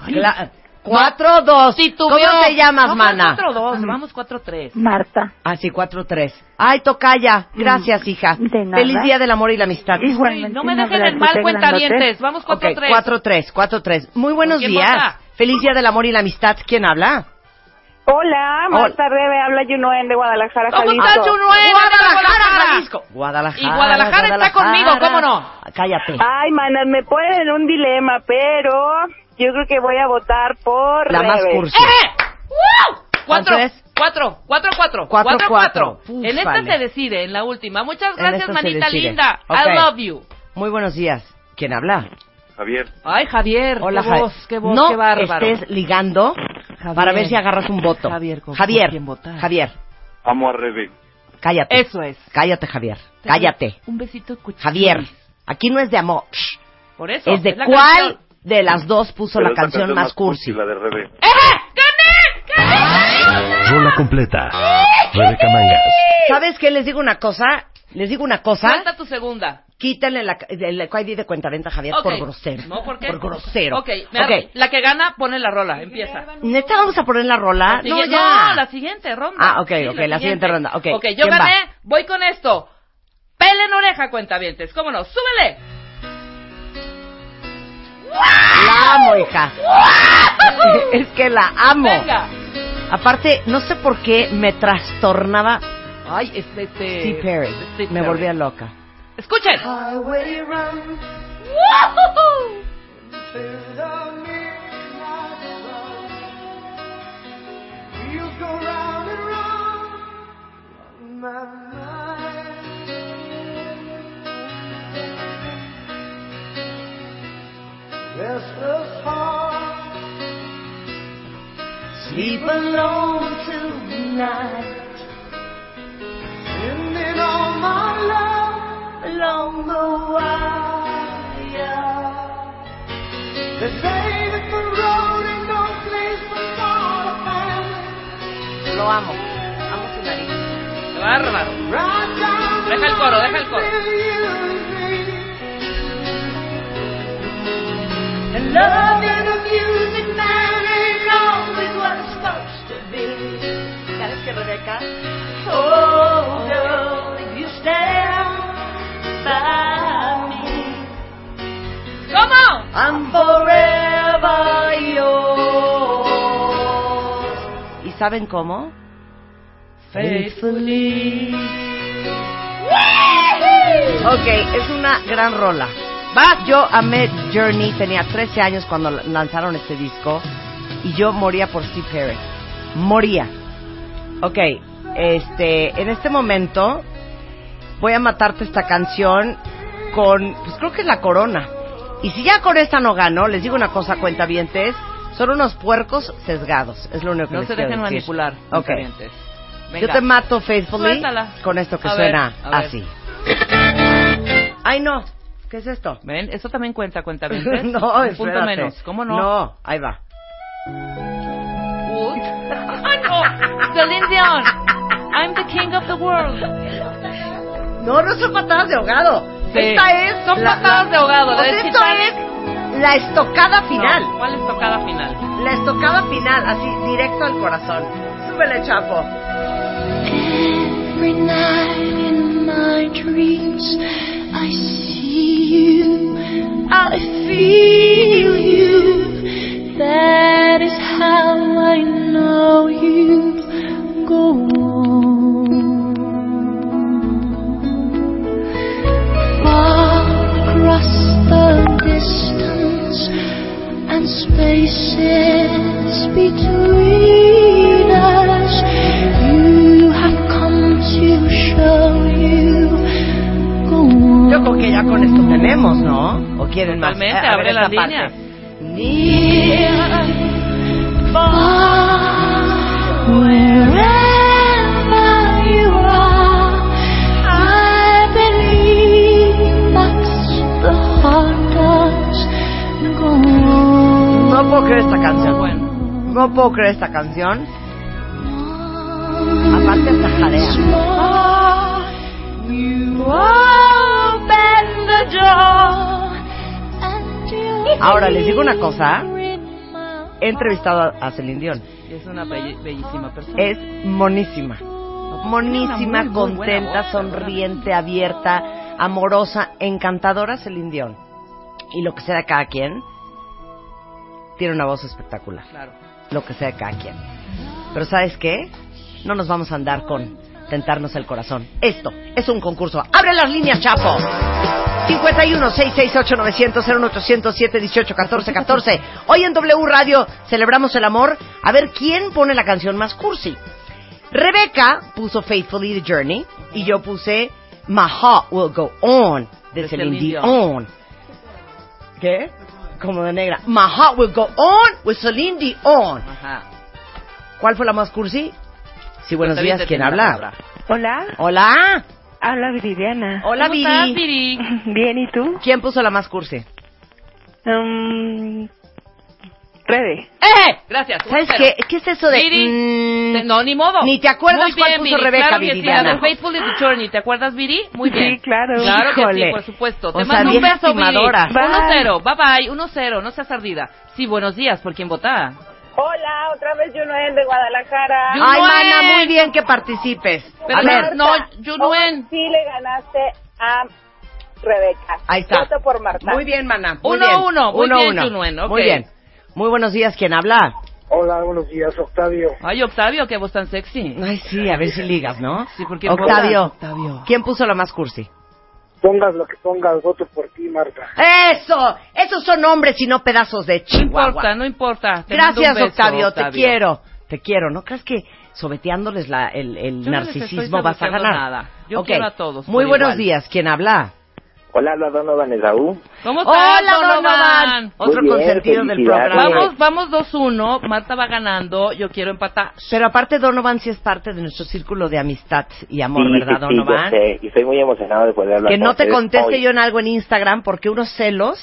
B: La- cuatro, dos. ¿Cómo te llamas,
C: No,
B: mana?
C: Cuatro, dos. Vamos, cuatro, tres.
K: Marta.
B: Ah, sí, cuatro, tres. Ay, tocaya. Gracias, hija.
C: nada.
B: Feliz día del amor y la amistad.
C: Igualmente, No me un dejen en abrazo, mal, te cuentavientes. grandote. Vamos, cuatro,
B: Ok,
C: tres.
B: Cuatro, tres, cuatro, tres. Muy buenos
C: ¿Quién
B: días.
C: vota?
B: Feliz día del amor y la amistad. ¿Quién habla?
I: Hola, Marta Rebe, habla Junuen de Guadalajara,
B: ¿Cómo
I: Jalisco.
B: estás, Junuen?
I: Guadalajara, Jalisco.
B: Guadalajara.
I: Y Guadalajara está conmigo, ¿cómo no?
B: Cállate.
I: Ay, manas, me ponen en un dilema, pero yo creo que voy a votar por
B: La más
I: Rebe.
B: cursi.
C: ¡Eh! Cuatro,
B: ¿Cuánto es?
C: cuatro, cuatro,
B: Cuatro,
C: cuatro,
B: cuatro.
C: cuatro, cuatro.
B: Puf,
C: En esta
B: vale.
C: se decide, en la última. Muchas
B: En
C: gracias,
B: esto se
C: manita
B: decide.
C: linda.
B: Ok.
C: I love you.
B: Muy buenos días. ¿Quién habla?
L: Javier.
C: Ay, Javier,
B: Hola,
C: qué
B: Javier.
C: voz, qué voz,
B: no
C: qué bárbaro.
B: estés ligando para ver si agarras un voto.
C: Javier, ¿con
B: Javier,
C: quién votar?
B: Javier,
L: Amo a Rebe.
B: cállate.
C: Eso es.
B: Cállate, Javier. Cállate.
C: Un besito cuchillo.
B: Javier, aquí no es de amor.
C: Por eso.
B: es de
C: la
B: cuál
C: canción.
B: de las dos puso
L: Pero
B: la
L: es la
B: canción más cursi.
L: La de Rebe.
B: ¡Eh!
M: Rola completa. Rebeca Mangas.
B: ¿Sabes qué? Les digo una cosa. Les digo una cosa.
C: Falta tu segunda.
B: Quítenle la, el ID de cuentaventa, Javier,
C: Ok.
B: por grosero.
C: No, ¿por qué?
B: Por grosero.
C: Ok, me arde.
B: Ok.
C: la que gana pone la rola, empieza.
B: ¿Neta vamos a poner la rola?
C: La
B: no,
C: siguiente-
B: ya.
C: no, la siguiente ronda.
B: Ah, ok, ok, la siguiente ronda, ok.
C: Ok, yo
B: ¿Quién
C: gané,
B: va?
C: voy con esto. Pele en oreja, cuentavientes, cómo no, súbele.
B: La amo, hija. es que la amo.
C: Venga.
B: Aparte, no sé por qué me trastornaba
C: Ay, es de este...
B: Steve Perry.
C: Steve
B: Me
C: Perry.
B: volvía loca.
C: Escuchen.
A: Restless heart, sleep alone tonight. Sending all my love along the wire. They say that the road ain't no place for small families.
B: Lo amo. Amo su nariz.
C: Qué bárbaro. Deja el coro, deja el coro.
A: And love and abusing man ain't always what it's supposed to be. ¿Sabes que Rebeca? Oh, girl, if you stand by me,
C: ¿Cómo?
A: I'm forever yours.
B: ¿Y saben cómo?
A: Faithfully.
B: Ok, es una gran rola. Va. Yo amé Journey, tenía 13 años cuando lanzaron este disco y yo moría por Steve Perry. Moría. Ok, este, en este momento voy a matarte esta canción con, pues creo que es la corona. Y si ya con esta no gano, les digo una cosa, cuentavientes, son unos puercos sesgados. Es lo único que
C: No
B: les
C: se
B: quiero
C: dejen
B: decir.
C: manipular,
B: Ok.
C: cuentavientes.
B: Yo
C: Venga.
B: te mato faithfully
C: Suéltala.
B: con esto que
C: A ver,
B: suena
C: a ver.
B: así. Ay, no. ¿Qué es esto?
C: Ven, eso también cuenta, cuenta
B: no,
C: Un
B: espérate.
C: punto menos. ¿Cómo no?
B: No, ahí va.
C: Uy. ¡Ah, no! Celine Dion. I'm the king of the world.
B: No, no son patadas de ahogado.
C: Sí.
B: Esta es...
C: Son patadas de ahogado,
B: pues
C: la de
B: esto es
C: Titanic.
B: la estocada final.
C: No, ¿Cuál es tocada final?
B: La estocada final, así, directo al corazón. Súbele, chapo.
D: Every night in my dreams, I see you, I feel you. That is how I know you go on. Far across the distance and spaces between us. You have come to show you go on.
B: Yo creo que ya con esto tenemos, ¿no? ¿O quieren más?
C: Totalmente,
B: Eh, a ver
C: abre
B: esta
C: las
B: parte.
C: líneas.
D: Near, far, wherever you are, I believe that's the heart does go on.
B: No puedo creer esta canción. No puedo creer esta canción. Aparte hasta jadea. Oh,
D: You open the door and you
B: Ahora, les digo una cosa. He entrevistado a- a Celine Dion.
C: Es una belle- bellísima persona.
B: Es monísima. Monísima,
C: Tiene una muy, muy buena
B: contenta,
C: voz,
B: sonriente, abierta, amorosa, encantadora Celine Dion. Y lo que sea de cada quien, tiene una voz espectacular.
C: Claro.
B: Lo que sea de cada quien. Pero ¿sabes qué? No nos vamos a andar con tentarnos el corazón. Esto es un concurso. ¡Abre las líneas, Chapo! 51 668 900 0800 718 14 14. Hoy en W Radio celebramos el amor. A ver quién pone la canción más cursi. Rebeca puso Faithfully the Journey y yo puse My Heart Will Go On de,
C: De
B: Celine
C: Celine Dion.
B: Dion. ¿Qué? Como de negra. My Heart Will Go On with Celine Dion.
C: Ajá.
B: ¿Cuál fue la más cursi? Sí, buenos
C: Cuenta bien
B: días. ¿Quién
C: detenida,
B: habla?
K: Hola.
B: Hola.
K: Habla Viridiana.
B: Hola,
K: ¿Cómo
B: Viri.
K: estás, Bien, ¿y tú?
B: ¿Quién puso la más cursi?
K: Um, Rebe.
B: ¡Eh!
C: Gracias.
B: ¿Sabes
C: Pero-
B: qué? ¿Qué es eso de...? mm?
C: Viri, te- no, ni modo.
B: Ni te acuerdas
C: Muy
B: cuál
C: bien,
B: puso
C: Viri,
B: Rebeca,
C: claro que sí, la
B: Viridiana.
C: de Faithful is the Journey. ¿Te acuerdas, Viri? Muy
K: Sí,
C: bien.
K: claro.
C: Claro que
B: Híjole.
C: sí, por supuesto.
B: O
C: Te
B: sea,
C: mando un
B: vieja
C: beso, Viri.
B: timadora.
C: 1-0. Bye bye. 1-0. No seas ardida. Sí, buenos días. ¿Por quién votaba?
I: Hola, otra vez Junuen de Guadalajara.
B: Ay, mana, muy bien que participes.
I: Pero
B: a ver,
I: no, Junuen. Sí le ganaste a Rebeca.
B: Ahí está.
I: Voto por Marta.
B: Muy bien, mana. Muy
I: Uno a
B: bien.
I: uno. Muy
B: Uno a
I: bien,
B: uno.
I: Junuen, ok.
B: Muy bien. Muy buenos días. ¿Quién habla?
L: Hola, buenos días, Octavio.
C: Ay, Octavio, qué voz tan sexy.
B: Ay, sí, a ver si ligas, ¿no?
C: Sí, porque
B: Octavio.
C: votas, Octavio.
B: ¿Quién puso la más cursi?
L: Pongas lo que pongas, voto por ti, Marta.
B: ¡Eso! Esos son hombres y no pedazos de
C: No
B: chihuahua.
C: importa, no importa. Te mando
B: Gracias,
C: un beso,
B: Octavio, Te quiero. Te quiero. ¿No crees que sobeteándoles la- el, el
C: Yo no les
B: narcisismo
C: estoy
B: vas a
C: saboteando
B: ganar?
C: nada. Yo
B: Ok.
C: quiero a todos
B: Muy
C: por
B: buenos
C: igual.
B: días. ¿Quién habla?
N: Hola, habla Donovan Esaú.
C: ¿Cómo estás,
B: Hola, Donovan.
N: Muy
B: Otro
N: bien,
B: consentido del
N: felicidades.
B: programa.
C: Vamos, vamos 2-1. Marta va ganando. Yo quiero empatar.
B: Pero aparte, Donovan sí es parte de nuestro círculo de amistad y amor,
N: Sí,
B: ¿verdad,
N: sí, sí,
B: Donovan?
N: yo sé, y estoy muy emocionado de poder hablar
B: Que
N: con
B: no te
N: ustedes
B: conteste
N: hoy.
B: yo en algo en Instagram porque unos celos,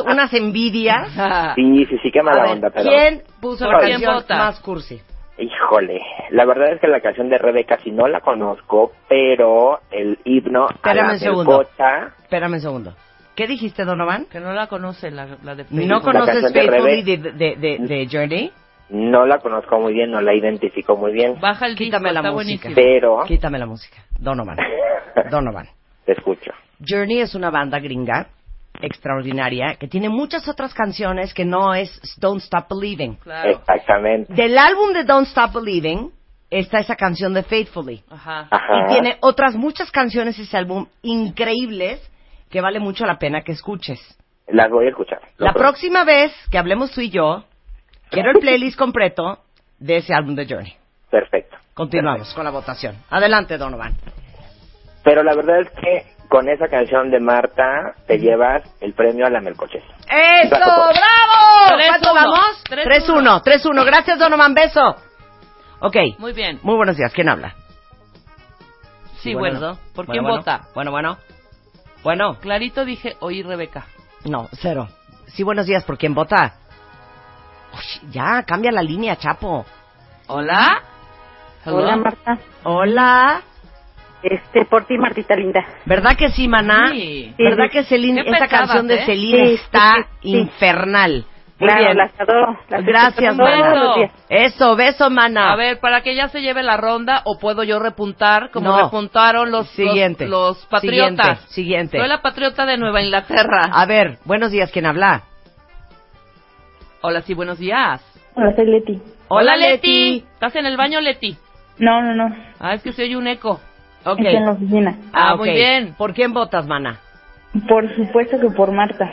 B: unas envidias.
N: Sí, sí, sí, qué mala
B: A ver,
N: onda, pero...
B: ¿Quién puso la
N: ¿Por quién
B: canción
N: vota?
B: más cursi?
N: Híjole, la verdad es que la canción de Rebeca si no la conozco, pero el himno a
B: Espérame
N: la
B: un segundo.
N: melcocha,
B: Espérame un segundo. ¿Qué dijiste, Donovan?
C: Que no la conoce, la, la de
B: ¿No
N: La
B: conoces
N: canción de
B: Faithfully de, de, de, de Journey?
N: no la conozco muy bien, no la identifico muy bien,
C: Baja el
B: Quítame la
C: disco, está
B: música.
C: buenísimo.
N: pero
B: Quítame la música. Donovan. Donovan.
N: te escucho.
B: Journey es una banda gringa extraordinaria que tiene muchas otras canciones que no es Don't Stop Believing.
N: Eh, Exactamente.
B: Del álbum de Don't Stop Believing está esa canción de Faithfully.
C: Ajá.
N: Ajá.
B: Y tiene otras muchas canciones ese álbum increíbles que vale mucho la pena que escuches.
N: Las voy a escuchar. Lo
B: La
N: prometo.
B: próxima vez que hablemos tú y yo, quiero el playlist completo de ese álbum de Journey.
N: Perfecto.
B: Continuamos con la votación. Adelante, Donovan.
N: Pero la verdad es que con esa canción de Marta te llevas el premio a la melcochesa.
B: ¡Eso! ¡Bravo!
C: Tres,
B: ¿Cuánto
C: uno.
B: vamos?
C: Tres,
B: 3-1. 3-1. Gracias, Donovan. Beso. Ok.
C: Muy bien.
B: Muy buenos días. ¿Quién habla?
C: Sí, bueno. ¿Por quién
B: bueno.
C: vota?
B: Bueno, bueno. Bueno.
C: Clarito dije, oí Rebeca.
B: No, cero. Sí, buenos días. ¿Por quién vota? Uy, ya, cambia la línea, Chapo.
C: Hola.
K: Hola, Marta.
B: Hola.
K: Este, por ti, Martita linda.
B: ¿Verdad que sí, maná?
K: Sí.
B: ¿Verdad que
K: Qué
B: Celine, esta
K: pesadas,
B: canción de
K: ¿eh?
B: Celine
K: Sí,
B: está
K: sí, sí, sí.
B: infernal? Muy
K: Claro,
B: bien.
K: las adoro, las
B: Gracias,
K: escucho todos los
B: mana.
K: días.
B: Eso, beso, mana.
C: A ver, para que ella se lleve la ronda, o puedo yo repuntar, como
B: No.
C: repuntaron los, los-
B: Siguiente.
C: los, patriotas.
B: Siguiente, siguiente.
C: Soy la patriota de Nueva Inglaterra.
B: A ver, buenos días, ¿quién habla?
C: Hola, sí, buenos días.
O: Hola, soy Leti.
C: Hola, Leti. ¿Estás en el baño, Leti?
O: No, no, no.
C: Ah, es que se oye un eco.
B: Ok.
O: Estoy en la oficina.
C: Ah,
B: ok.
C: muy bien.
B: ¿Por quién votas, mana?
O: Por supuesto que por Marta.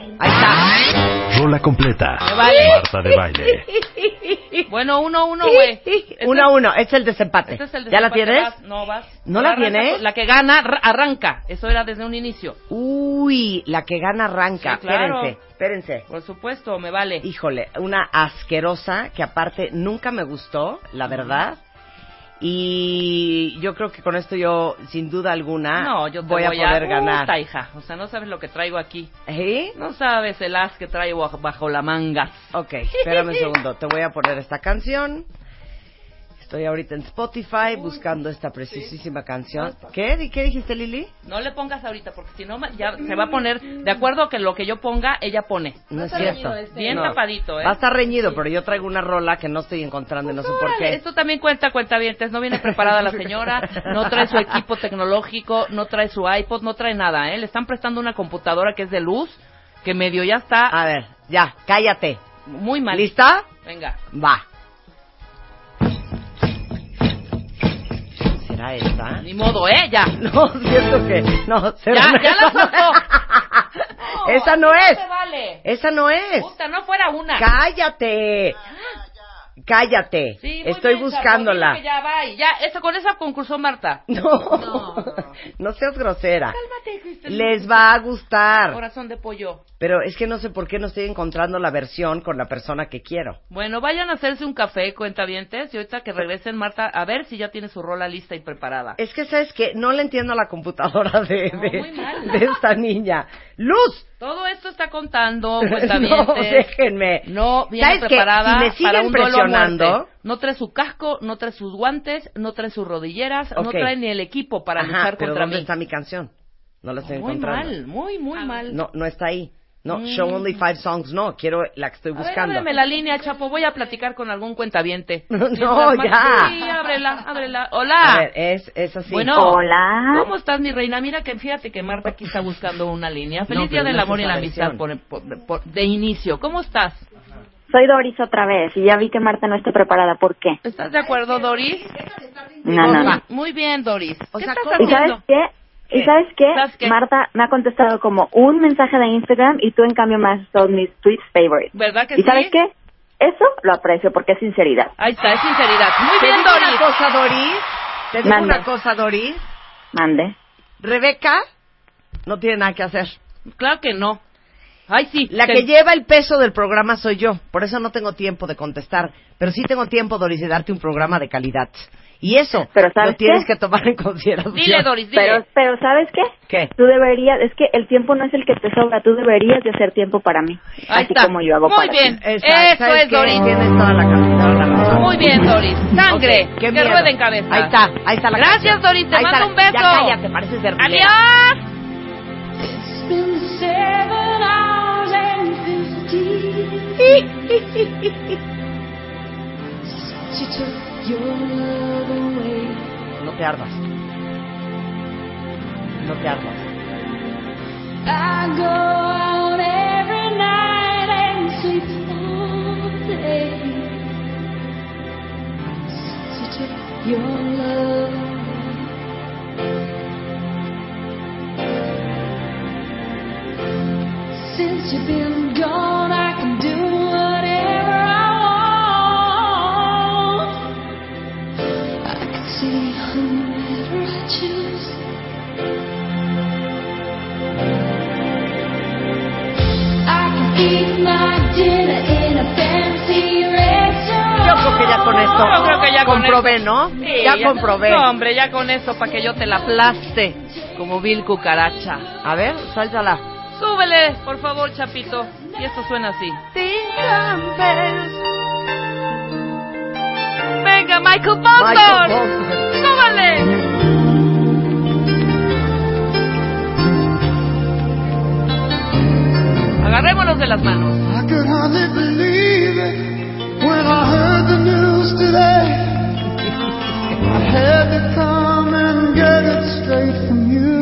M: Rola completa.
C: Me vale.
M: Marta de baile.
C: Bueno, uno, uno, güey. Este
B: uno a uno, es el desempate.
C: Este es el
B: ¿Ya la
C: desempate,
B: tienes?
C: vas, no vas.
B: ¿No la
C: Arranca
B: tienes?
C: con- La que gana r- arranca. Eso era desde un inicio.
B: Uy, la que gana arranca.
C: Sí, claro.
B: Espérense, espérense.
C: Por supuesto, me vale.
B: Híjole, una asquerosa que aparte nunca me gustó, la verdad. Y yo creo que con esto yo, sin duda alguna,
C: No, yo te
B: Ah, voy, a poder ganar.
C: Puta, hija. O sea, no sabes lo que traigo aquí.
B: ¿Eh?
C: No sabes el as que traigo bajo- bajo la manga.
B: Ok, espérame un segundo. Te voy a poner esta canción. Estoy ahorita en Spotify buscando esta preciosísima canción. ¿Qué? ¿Y ¿Qué dijiste, Lili?
C: No le pongas ahorita, porque si no, ma- ya se va a poner, de acuerdo a que lo que yo ponga, ella pone.
B: No es cierto.
C: Bien
B: No.
C: tapadito, ¿eh?
B: Va a estar reñido, pero yo traigo una rola que no estoy encontrando y no sé por
C: Órale,
B: qué.
C: Esto también cuenta cuentavientes, no viene preparada la señora, no trae su equipo tecnológico, no trae su iPod, no trae nada, ¿eh? Le están prestando una computadora que es de luz, que medio ya está... A
B: ver, ya, cállate.
C: Muy mal.
B: ¿Lista?
C: Venga.
B: Va. ¿Será esta?
C: Ni modo, ¿eh? Ya.
B: No, siento que... No, será
C: Ya, ya la
B: esa, no,
C: soltó.
B: esa no
C: así
B: es.
C: se vale.
B: Esa no es.
C: Puta, no fuera una.
B: Cállate. Cállate.
C: Sí, muy
B: Estoy
C: bien,
B: buscándola.
C: Chapo, dime que ya va y ya, eso, con esa concursó Marta.
B: No. No seas grosera.
C: Cálmate, Cristel.
B: Les va a gustar.
C: Corazón de pollo.
B: Pero es que no sé por qué no estoy encontrando la versión con la persona que quiero.
C: Bueno, vayan a hacerse un café, cuentavientes, y ahorita que regresen, Marta, a ver si ya tiene su rola lista y preparada.
B: Es que, ¿sabes que No le entiendo a la computadora de,
C: No,
B: de-
C: muy mal.
B: de esta niña. ¡Luz!
C: Todo esto está contando,
B: no,
C: cuentavientes.
B: déjenme.
C: No, viene
B: ¿Sabes qué?
C: preparada
B: Si me siguen
C: para un duelo a muerte.
B: presionando-
C: No trae su casco, no trae sus guantes, no trae sus rodilleras, no
B: Ok.
C: trae ni el equipo para
B: Ajá,
C: luchar
B: pero
C: contra
B: ¿dónde
C: mí.
B: está mi canción? No la estoy
C: Muy
B: encontrando.
C: mal, muy, muy mal.
B: No, no está ahí. No,
C: Mm.
B: show only five songs, no. Quiero la que estoy
C: A ver,
B: buscando.
C: ábreme la línea, Chapo. Voy a platicar con algún cuentaviente.
B: No,
C: Mientras más-
B: ya.
C: Sí, ábrela, ábrela.
B: A
C: Hola.
B: ver, es, es así. Oh,
C: Bueno, ¿Cómo estás, mi reina? Mira que fíjate que Marta aquí está buscando una línea. Feliz
B: No,
C: Día
B: pero
C: del
B: no es
C: Amor y
B: esa
C: la Amistad por- por- por- de inicio. ¿Cómo estás?
I: Soy Doris otra vez y ya vi que Marta no está preparada. ¿Por qué?
C: ¿Estás de acuerdo, Doris?
I: No, no, no.
C: Muy bien, Doris. ¿Qué estás
I: ¿Y sabes
C: haciendo?
I: qué? ¿Y sabes qué? Marta me ha contestado como un mensaje de Instagram y tú en cambio me has dado mis tweets favorites.
C: ¿Verdad que sí?
I: ¿Y sabes qué? Eso lo aprecio porque es sinceridad.
C: Ahí está, es sinceridad. Muy
B: Te
C: bien,
B: digo
C: Doris.
B: una cosa, Doris. Te digo
I: Mande.
B: una cosa, Doris.
I: Mande.
B: Rebeca no tiene nada que hacer.
C: Claro que no. Ay, sí.
B: La
C: te-
B: que lleva el peso del programa soy yo. Por eso no tengo tiempo de contestar. Pero sí tengo tiempo, Doris, de darte un programa de calidad. Y eso lo
I: ¿sabes
B: tienes
I: qué?
B: que tomar en consideración.
I: Pero, pero ¿sabes qué?
B: ¿Qué?
I: Tú deberías, es que el tiempo no es el que te sobra, tú deberías de hacer tiempo para mí.
C: Ahí
I: así
C: está.
I: como yo hago
C: Muy
I: para
C: bien.
I: ti.
C: Eso es, Doris. Muy bien, Doris. Sangre.
B: Ok, qué
C: que
B: miedo.
C: rueda en cabeza.
B: Ahí está, ahí está la
C: Gracias,
B: canción.
C: Doris. Te
B: Ahí
C: mando
B: está.
C: un beso.
B: Ya cállate, pareces verdulera.
C: Adiós.
A: Seven hours and fifteen. She took your love away.
B: No te armas. No te armas.
A: I go out every night and sleep all day. She took your love. Since you've been gone, I can do whatever I want. I can see whomever I choose. I can eat my dinner in a fancy
B: Yo creo que ya con
A: restaurant.
B: esto
C: Yo creo que ya con
B: comprobé,
C: esto.
B: ¿no?
C: Sí,
B: ya, comprobé.
C: No, hombre, ya con eso, para que yo te la aplaste como vil cucaracha.
B: A ver, suéltala.
C: Súbele, por favor, Chapito. Y esto suena así. Venga, Michael
A: Michael
C: Bolton. Súbale. Agarrémonos de las manos.
A: I could hardly believe it when I heard the news today. I had to come and get it straight from you.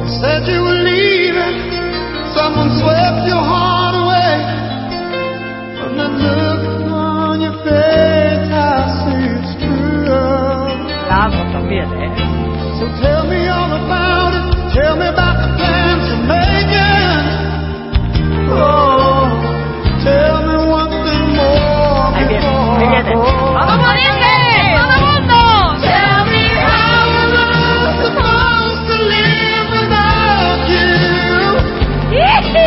A: You said you were leaving, someone swept your heart away. From the look on your face, I see it's true.
B: Vamos también, ¿eh?
A: So tell me all about it. Tell me about the plans you're making. Oh, tell me one thing more. before I go.
C: ¡Vamos, dice! ¡Todo mundo!
A: Tell me how am I supposed to live without you? Uh-huh.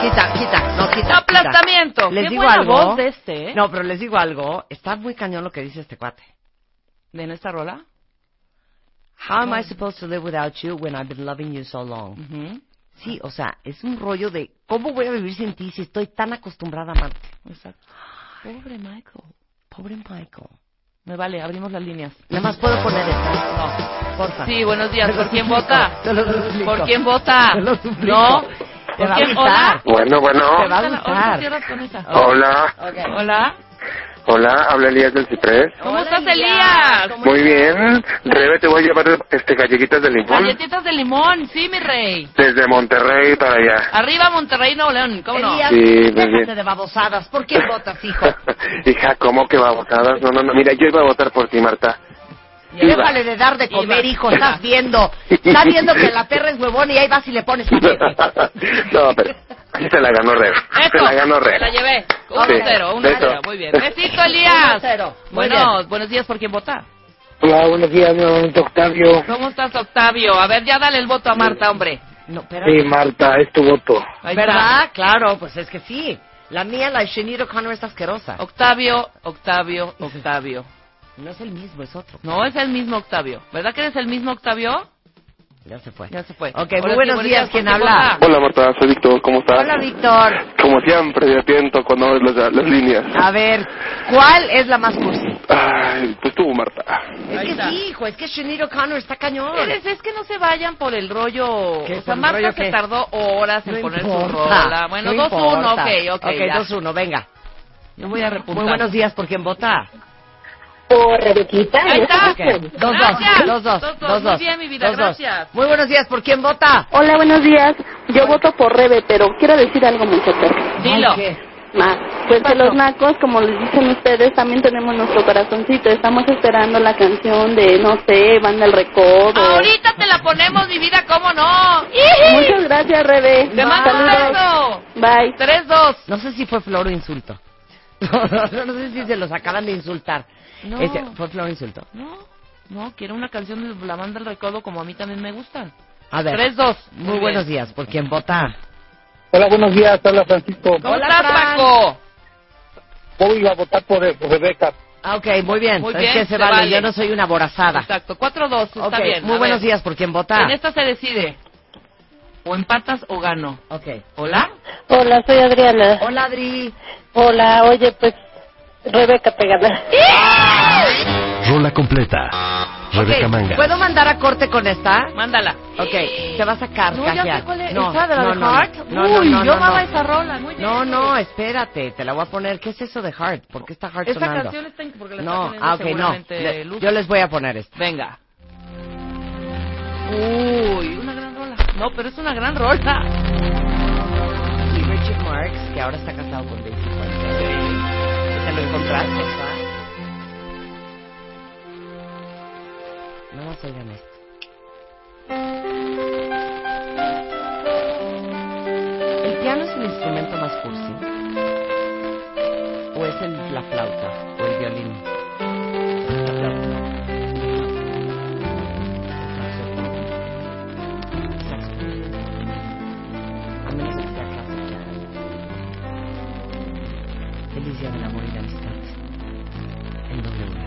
B: quita, quita, no quita.
C: Aplastamiento.
B: quita. Les
C: Qué
B: digo
C: buena
B: algo.
C: voz de este, ¿eh?
B: No, pero les digo algo. Está muy cañón lo que dice este cuate.
C: ¿En esta rola?
B: How am I supposed to live without you when I've been loving you so long?
C: Mm.
B: Sí, o sea, es un rollo de cómo voy a vivir sin ti si estoy tan acostumbrada a amarte.
C: Exacto. Pobre Michael. Pobre Michael. Me vale, abrimos las líneas.
B: Nada más puedo poner esta. No, porfa.
C: Sí, buenos días.
B: Te lo
C: ¿Por quién
B: suplico,
C: vota?
B: te lo suplico.
C: ¿Por quién vota?
B: Te lo suplico.
C: No.
B: Te va
C: ¿Por
B: a
C: quién?
B: gustar.
C: Hola.
P: Bueno, bueno.
C: Te va a oh,
B: Ahorita
C: gustar.
P: Hola.
C: Hola.
P: Hola, habla Elías del Ciprés.
C: ¿Cómo estás, Elías?
P: Muy bien. Rebe, te voy a llevar este galletitas de limón
C: Galletitas de limón, sí, mi rey.
P: desde Monterrey para allá.
C: Arriba Monterrey, Nuevo León, ¿cómo no?
P: Sí, muy bien.
B: de babosadas. ¿Por quién votas, hijo?
P: Hija, ¿cómo que babosadas? No, no, no. Mira, yo iba a votar por ti, Marta. Iba.
B: Déjale de dar de comer, hijo. Estás viendo. Estás viendo que la perra es huevón y ahí vas y le pones paquete.
P: no, pero se la ganó Rebe. Se la ganó
C: Me la
P: Rebe.
C: llevé. Un
P: Sí,
C: cero, un
P: beso.
C: cero. Muy bien. Besito, Elías.
B: Un cero. Muy
C: Bueno, buenos días, ¿por quién vota?
N: Hola, buenos días nuevamente, Octavio.
C: ¿Cómo estás, Octavio? A ver, ya dale el voto a Marta, hombre.
B: No,
N: Sí, Marta, es tu voto.
B: ¿Verdad? Claro, pues es que sí. La mía, la de Shenir O'Connor, es asquerosa.
C: Octavio, Octavio, Octavio.
B: No es el mismo, es otro.
C: No, es el mismo Octavio. ¿Verdad que eres el mismo Octavio?
B: Ya se fue.
C: Ya se fue.
B: Ok,
C: Hola,
B: muy
C: sí,
B: buenos días.
C: ¿por
B: ¿Quién
C: quién
B: habla?
C: vota?
Q: Hola Marta, soy Víctor, ¿cómo estás?
B: Hola, Víctor.
Q: Como siempre, de atento cuando abres las, las líneas.
B: A ver, ¿cuál es la más cursi?
Q: Ay, pues tú, Marta.
B: Es que sí, hijo, es que Shenir O'Connor está cañón.
C: Eres, es que no se vayan por el rollo.
B: ¿Qué,
C: O
B: por
C: sea,
B: el
C: Marta
B: rollo
C: se
B: qué?
C: tardó horas en
B: No
C: poner su
B: importa,
C: rola. Bueno,
B: no
C: 2-1,
B: importa.
C: ok, ok.
B: Ok,
C: ya.
B: 2-1, venga.
C: Yo voy a repuntar.
B: Muy buenos días, ¿por quién vota?
I: Por Rebequita.
C: Ahí está.
B: Ok, Dos,
C: Gracias.
B: dos, dos, dos,
C: Dos, dos.
B: dos,
C: Muy
B: dos.
C: bien, mi vida,
B: Dos, dos.
C: gracias.
B: Muy buenos días, ¿por quién vota?
I: Hola, buenos días. Yo voto por Rebe, pero quiero decir algo, muchachos.
C: Dilo.
I: Ma, pues de los nacos, como les dicen ustedes, también tenemos nuestro corazoncito. Estamos esperando la canción de, no sé, Banda El Recodo.
C: Ahorita te la ponemos, mi vida, ¿cómo no?
I: Muchas gracias, Rebe.
C: Te mando un beso.
I: Bye.
C: 3-2.
B: No sé si fue flor o insulto. no sé si se los acaban de insultar.
C: No.
B: Ese, fue flor o insulto.
C: No, no, quiero una canción de la banda del recodo como a mí también me gustan.
B: A ver.
C: 3-2.
B: Muy,
C: bien.
B: buenos días, ¿por quién vota?
N: Hola, buenos días, habla Francisco.
C: ¿Cómo estás, Paco?
N: Yo iba a votar por, por Rebeca.
B: Ah, ok, muy bien.
C: Muy
B: Es
C: bien,
B: que se
C: se
B: vale,
C: vale.
B: yo no soy una aborazada.
C: Exacto, 4-2, está
B: Ok,
C: bien.
B: muy
C: a
B: buenos
C: ver.
B: días, ¿por quién vota?
C: En esta se decide. O empatas o gano.
B: Ok.
C: ¿Hola?
I: Hola, soy Adriana.
B: Hola, Adri.
I: Hola, oye, pues, Rebeca te gana.
R: Rola completa. Rebeca
B: Ok,
R: Manga.
B: ¿Puedo mandar a corte con esta?
C: Mándala. Eh,
B: Ok, te vas a
C: No, ya sé
B: carcajear.
C: cuál es.
B: No,
C: ¿Esa de la
B: no,
C: de
B: no,
C: Heart?
B: no, no,
C: Uy,
B: no,
C: yo
B: no,
C: amaba
B: no.
C: esa rola, muy bien.
B: No, no, espérate, te la voy a poner. ¿Qué es eso de Heart? ¿Por qué está Heart
C: Esta
B: sonando?
C: canción está en- porque la está
B: No,
C: poniendo
B: ah, ok, no.
C: seguramente
B: Le-
C: Luz.
B: yo les voy a poner esta.
C: Venga. Uy, una gran rola. No, pero es una gran rola.
B: Y Richard Marx, que ahora está casado con Daisy Fuentes. ¿Te lo encontraste? ¿verdad? Nada más oigan esto. ¿El piano es el instrumento más cursi? ¿O es el- la flauta? ¿O el violín? La flauta. El saxofón. A menos de que sea clásica. Delicia del amor y la amistad. En doble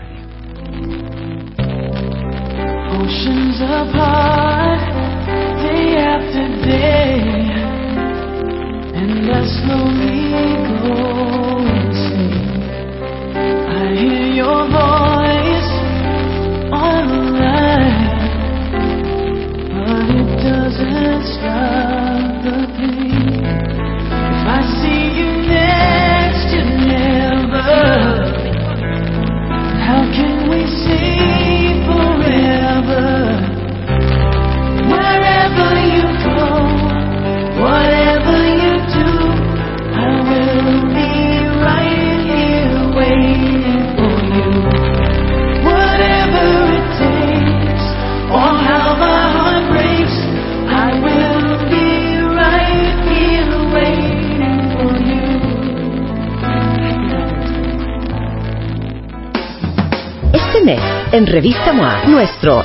A: Oceans apart, day after day, and I slowly go insane. I hear your voice on the line, but it doesn't stop the pain. If I see you next, you never. How can we see forever? Wherever you go, whatever you do, I will be
B: Este en Revista MOA nuestro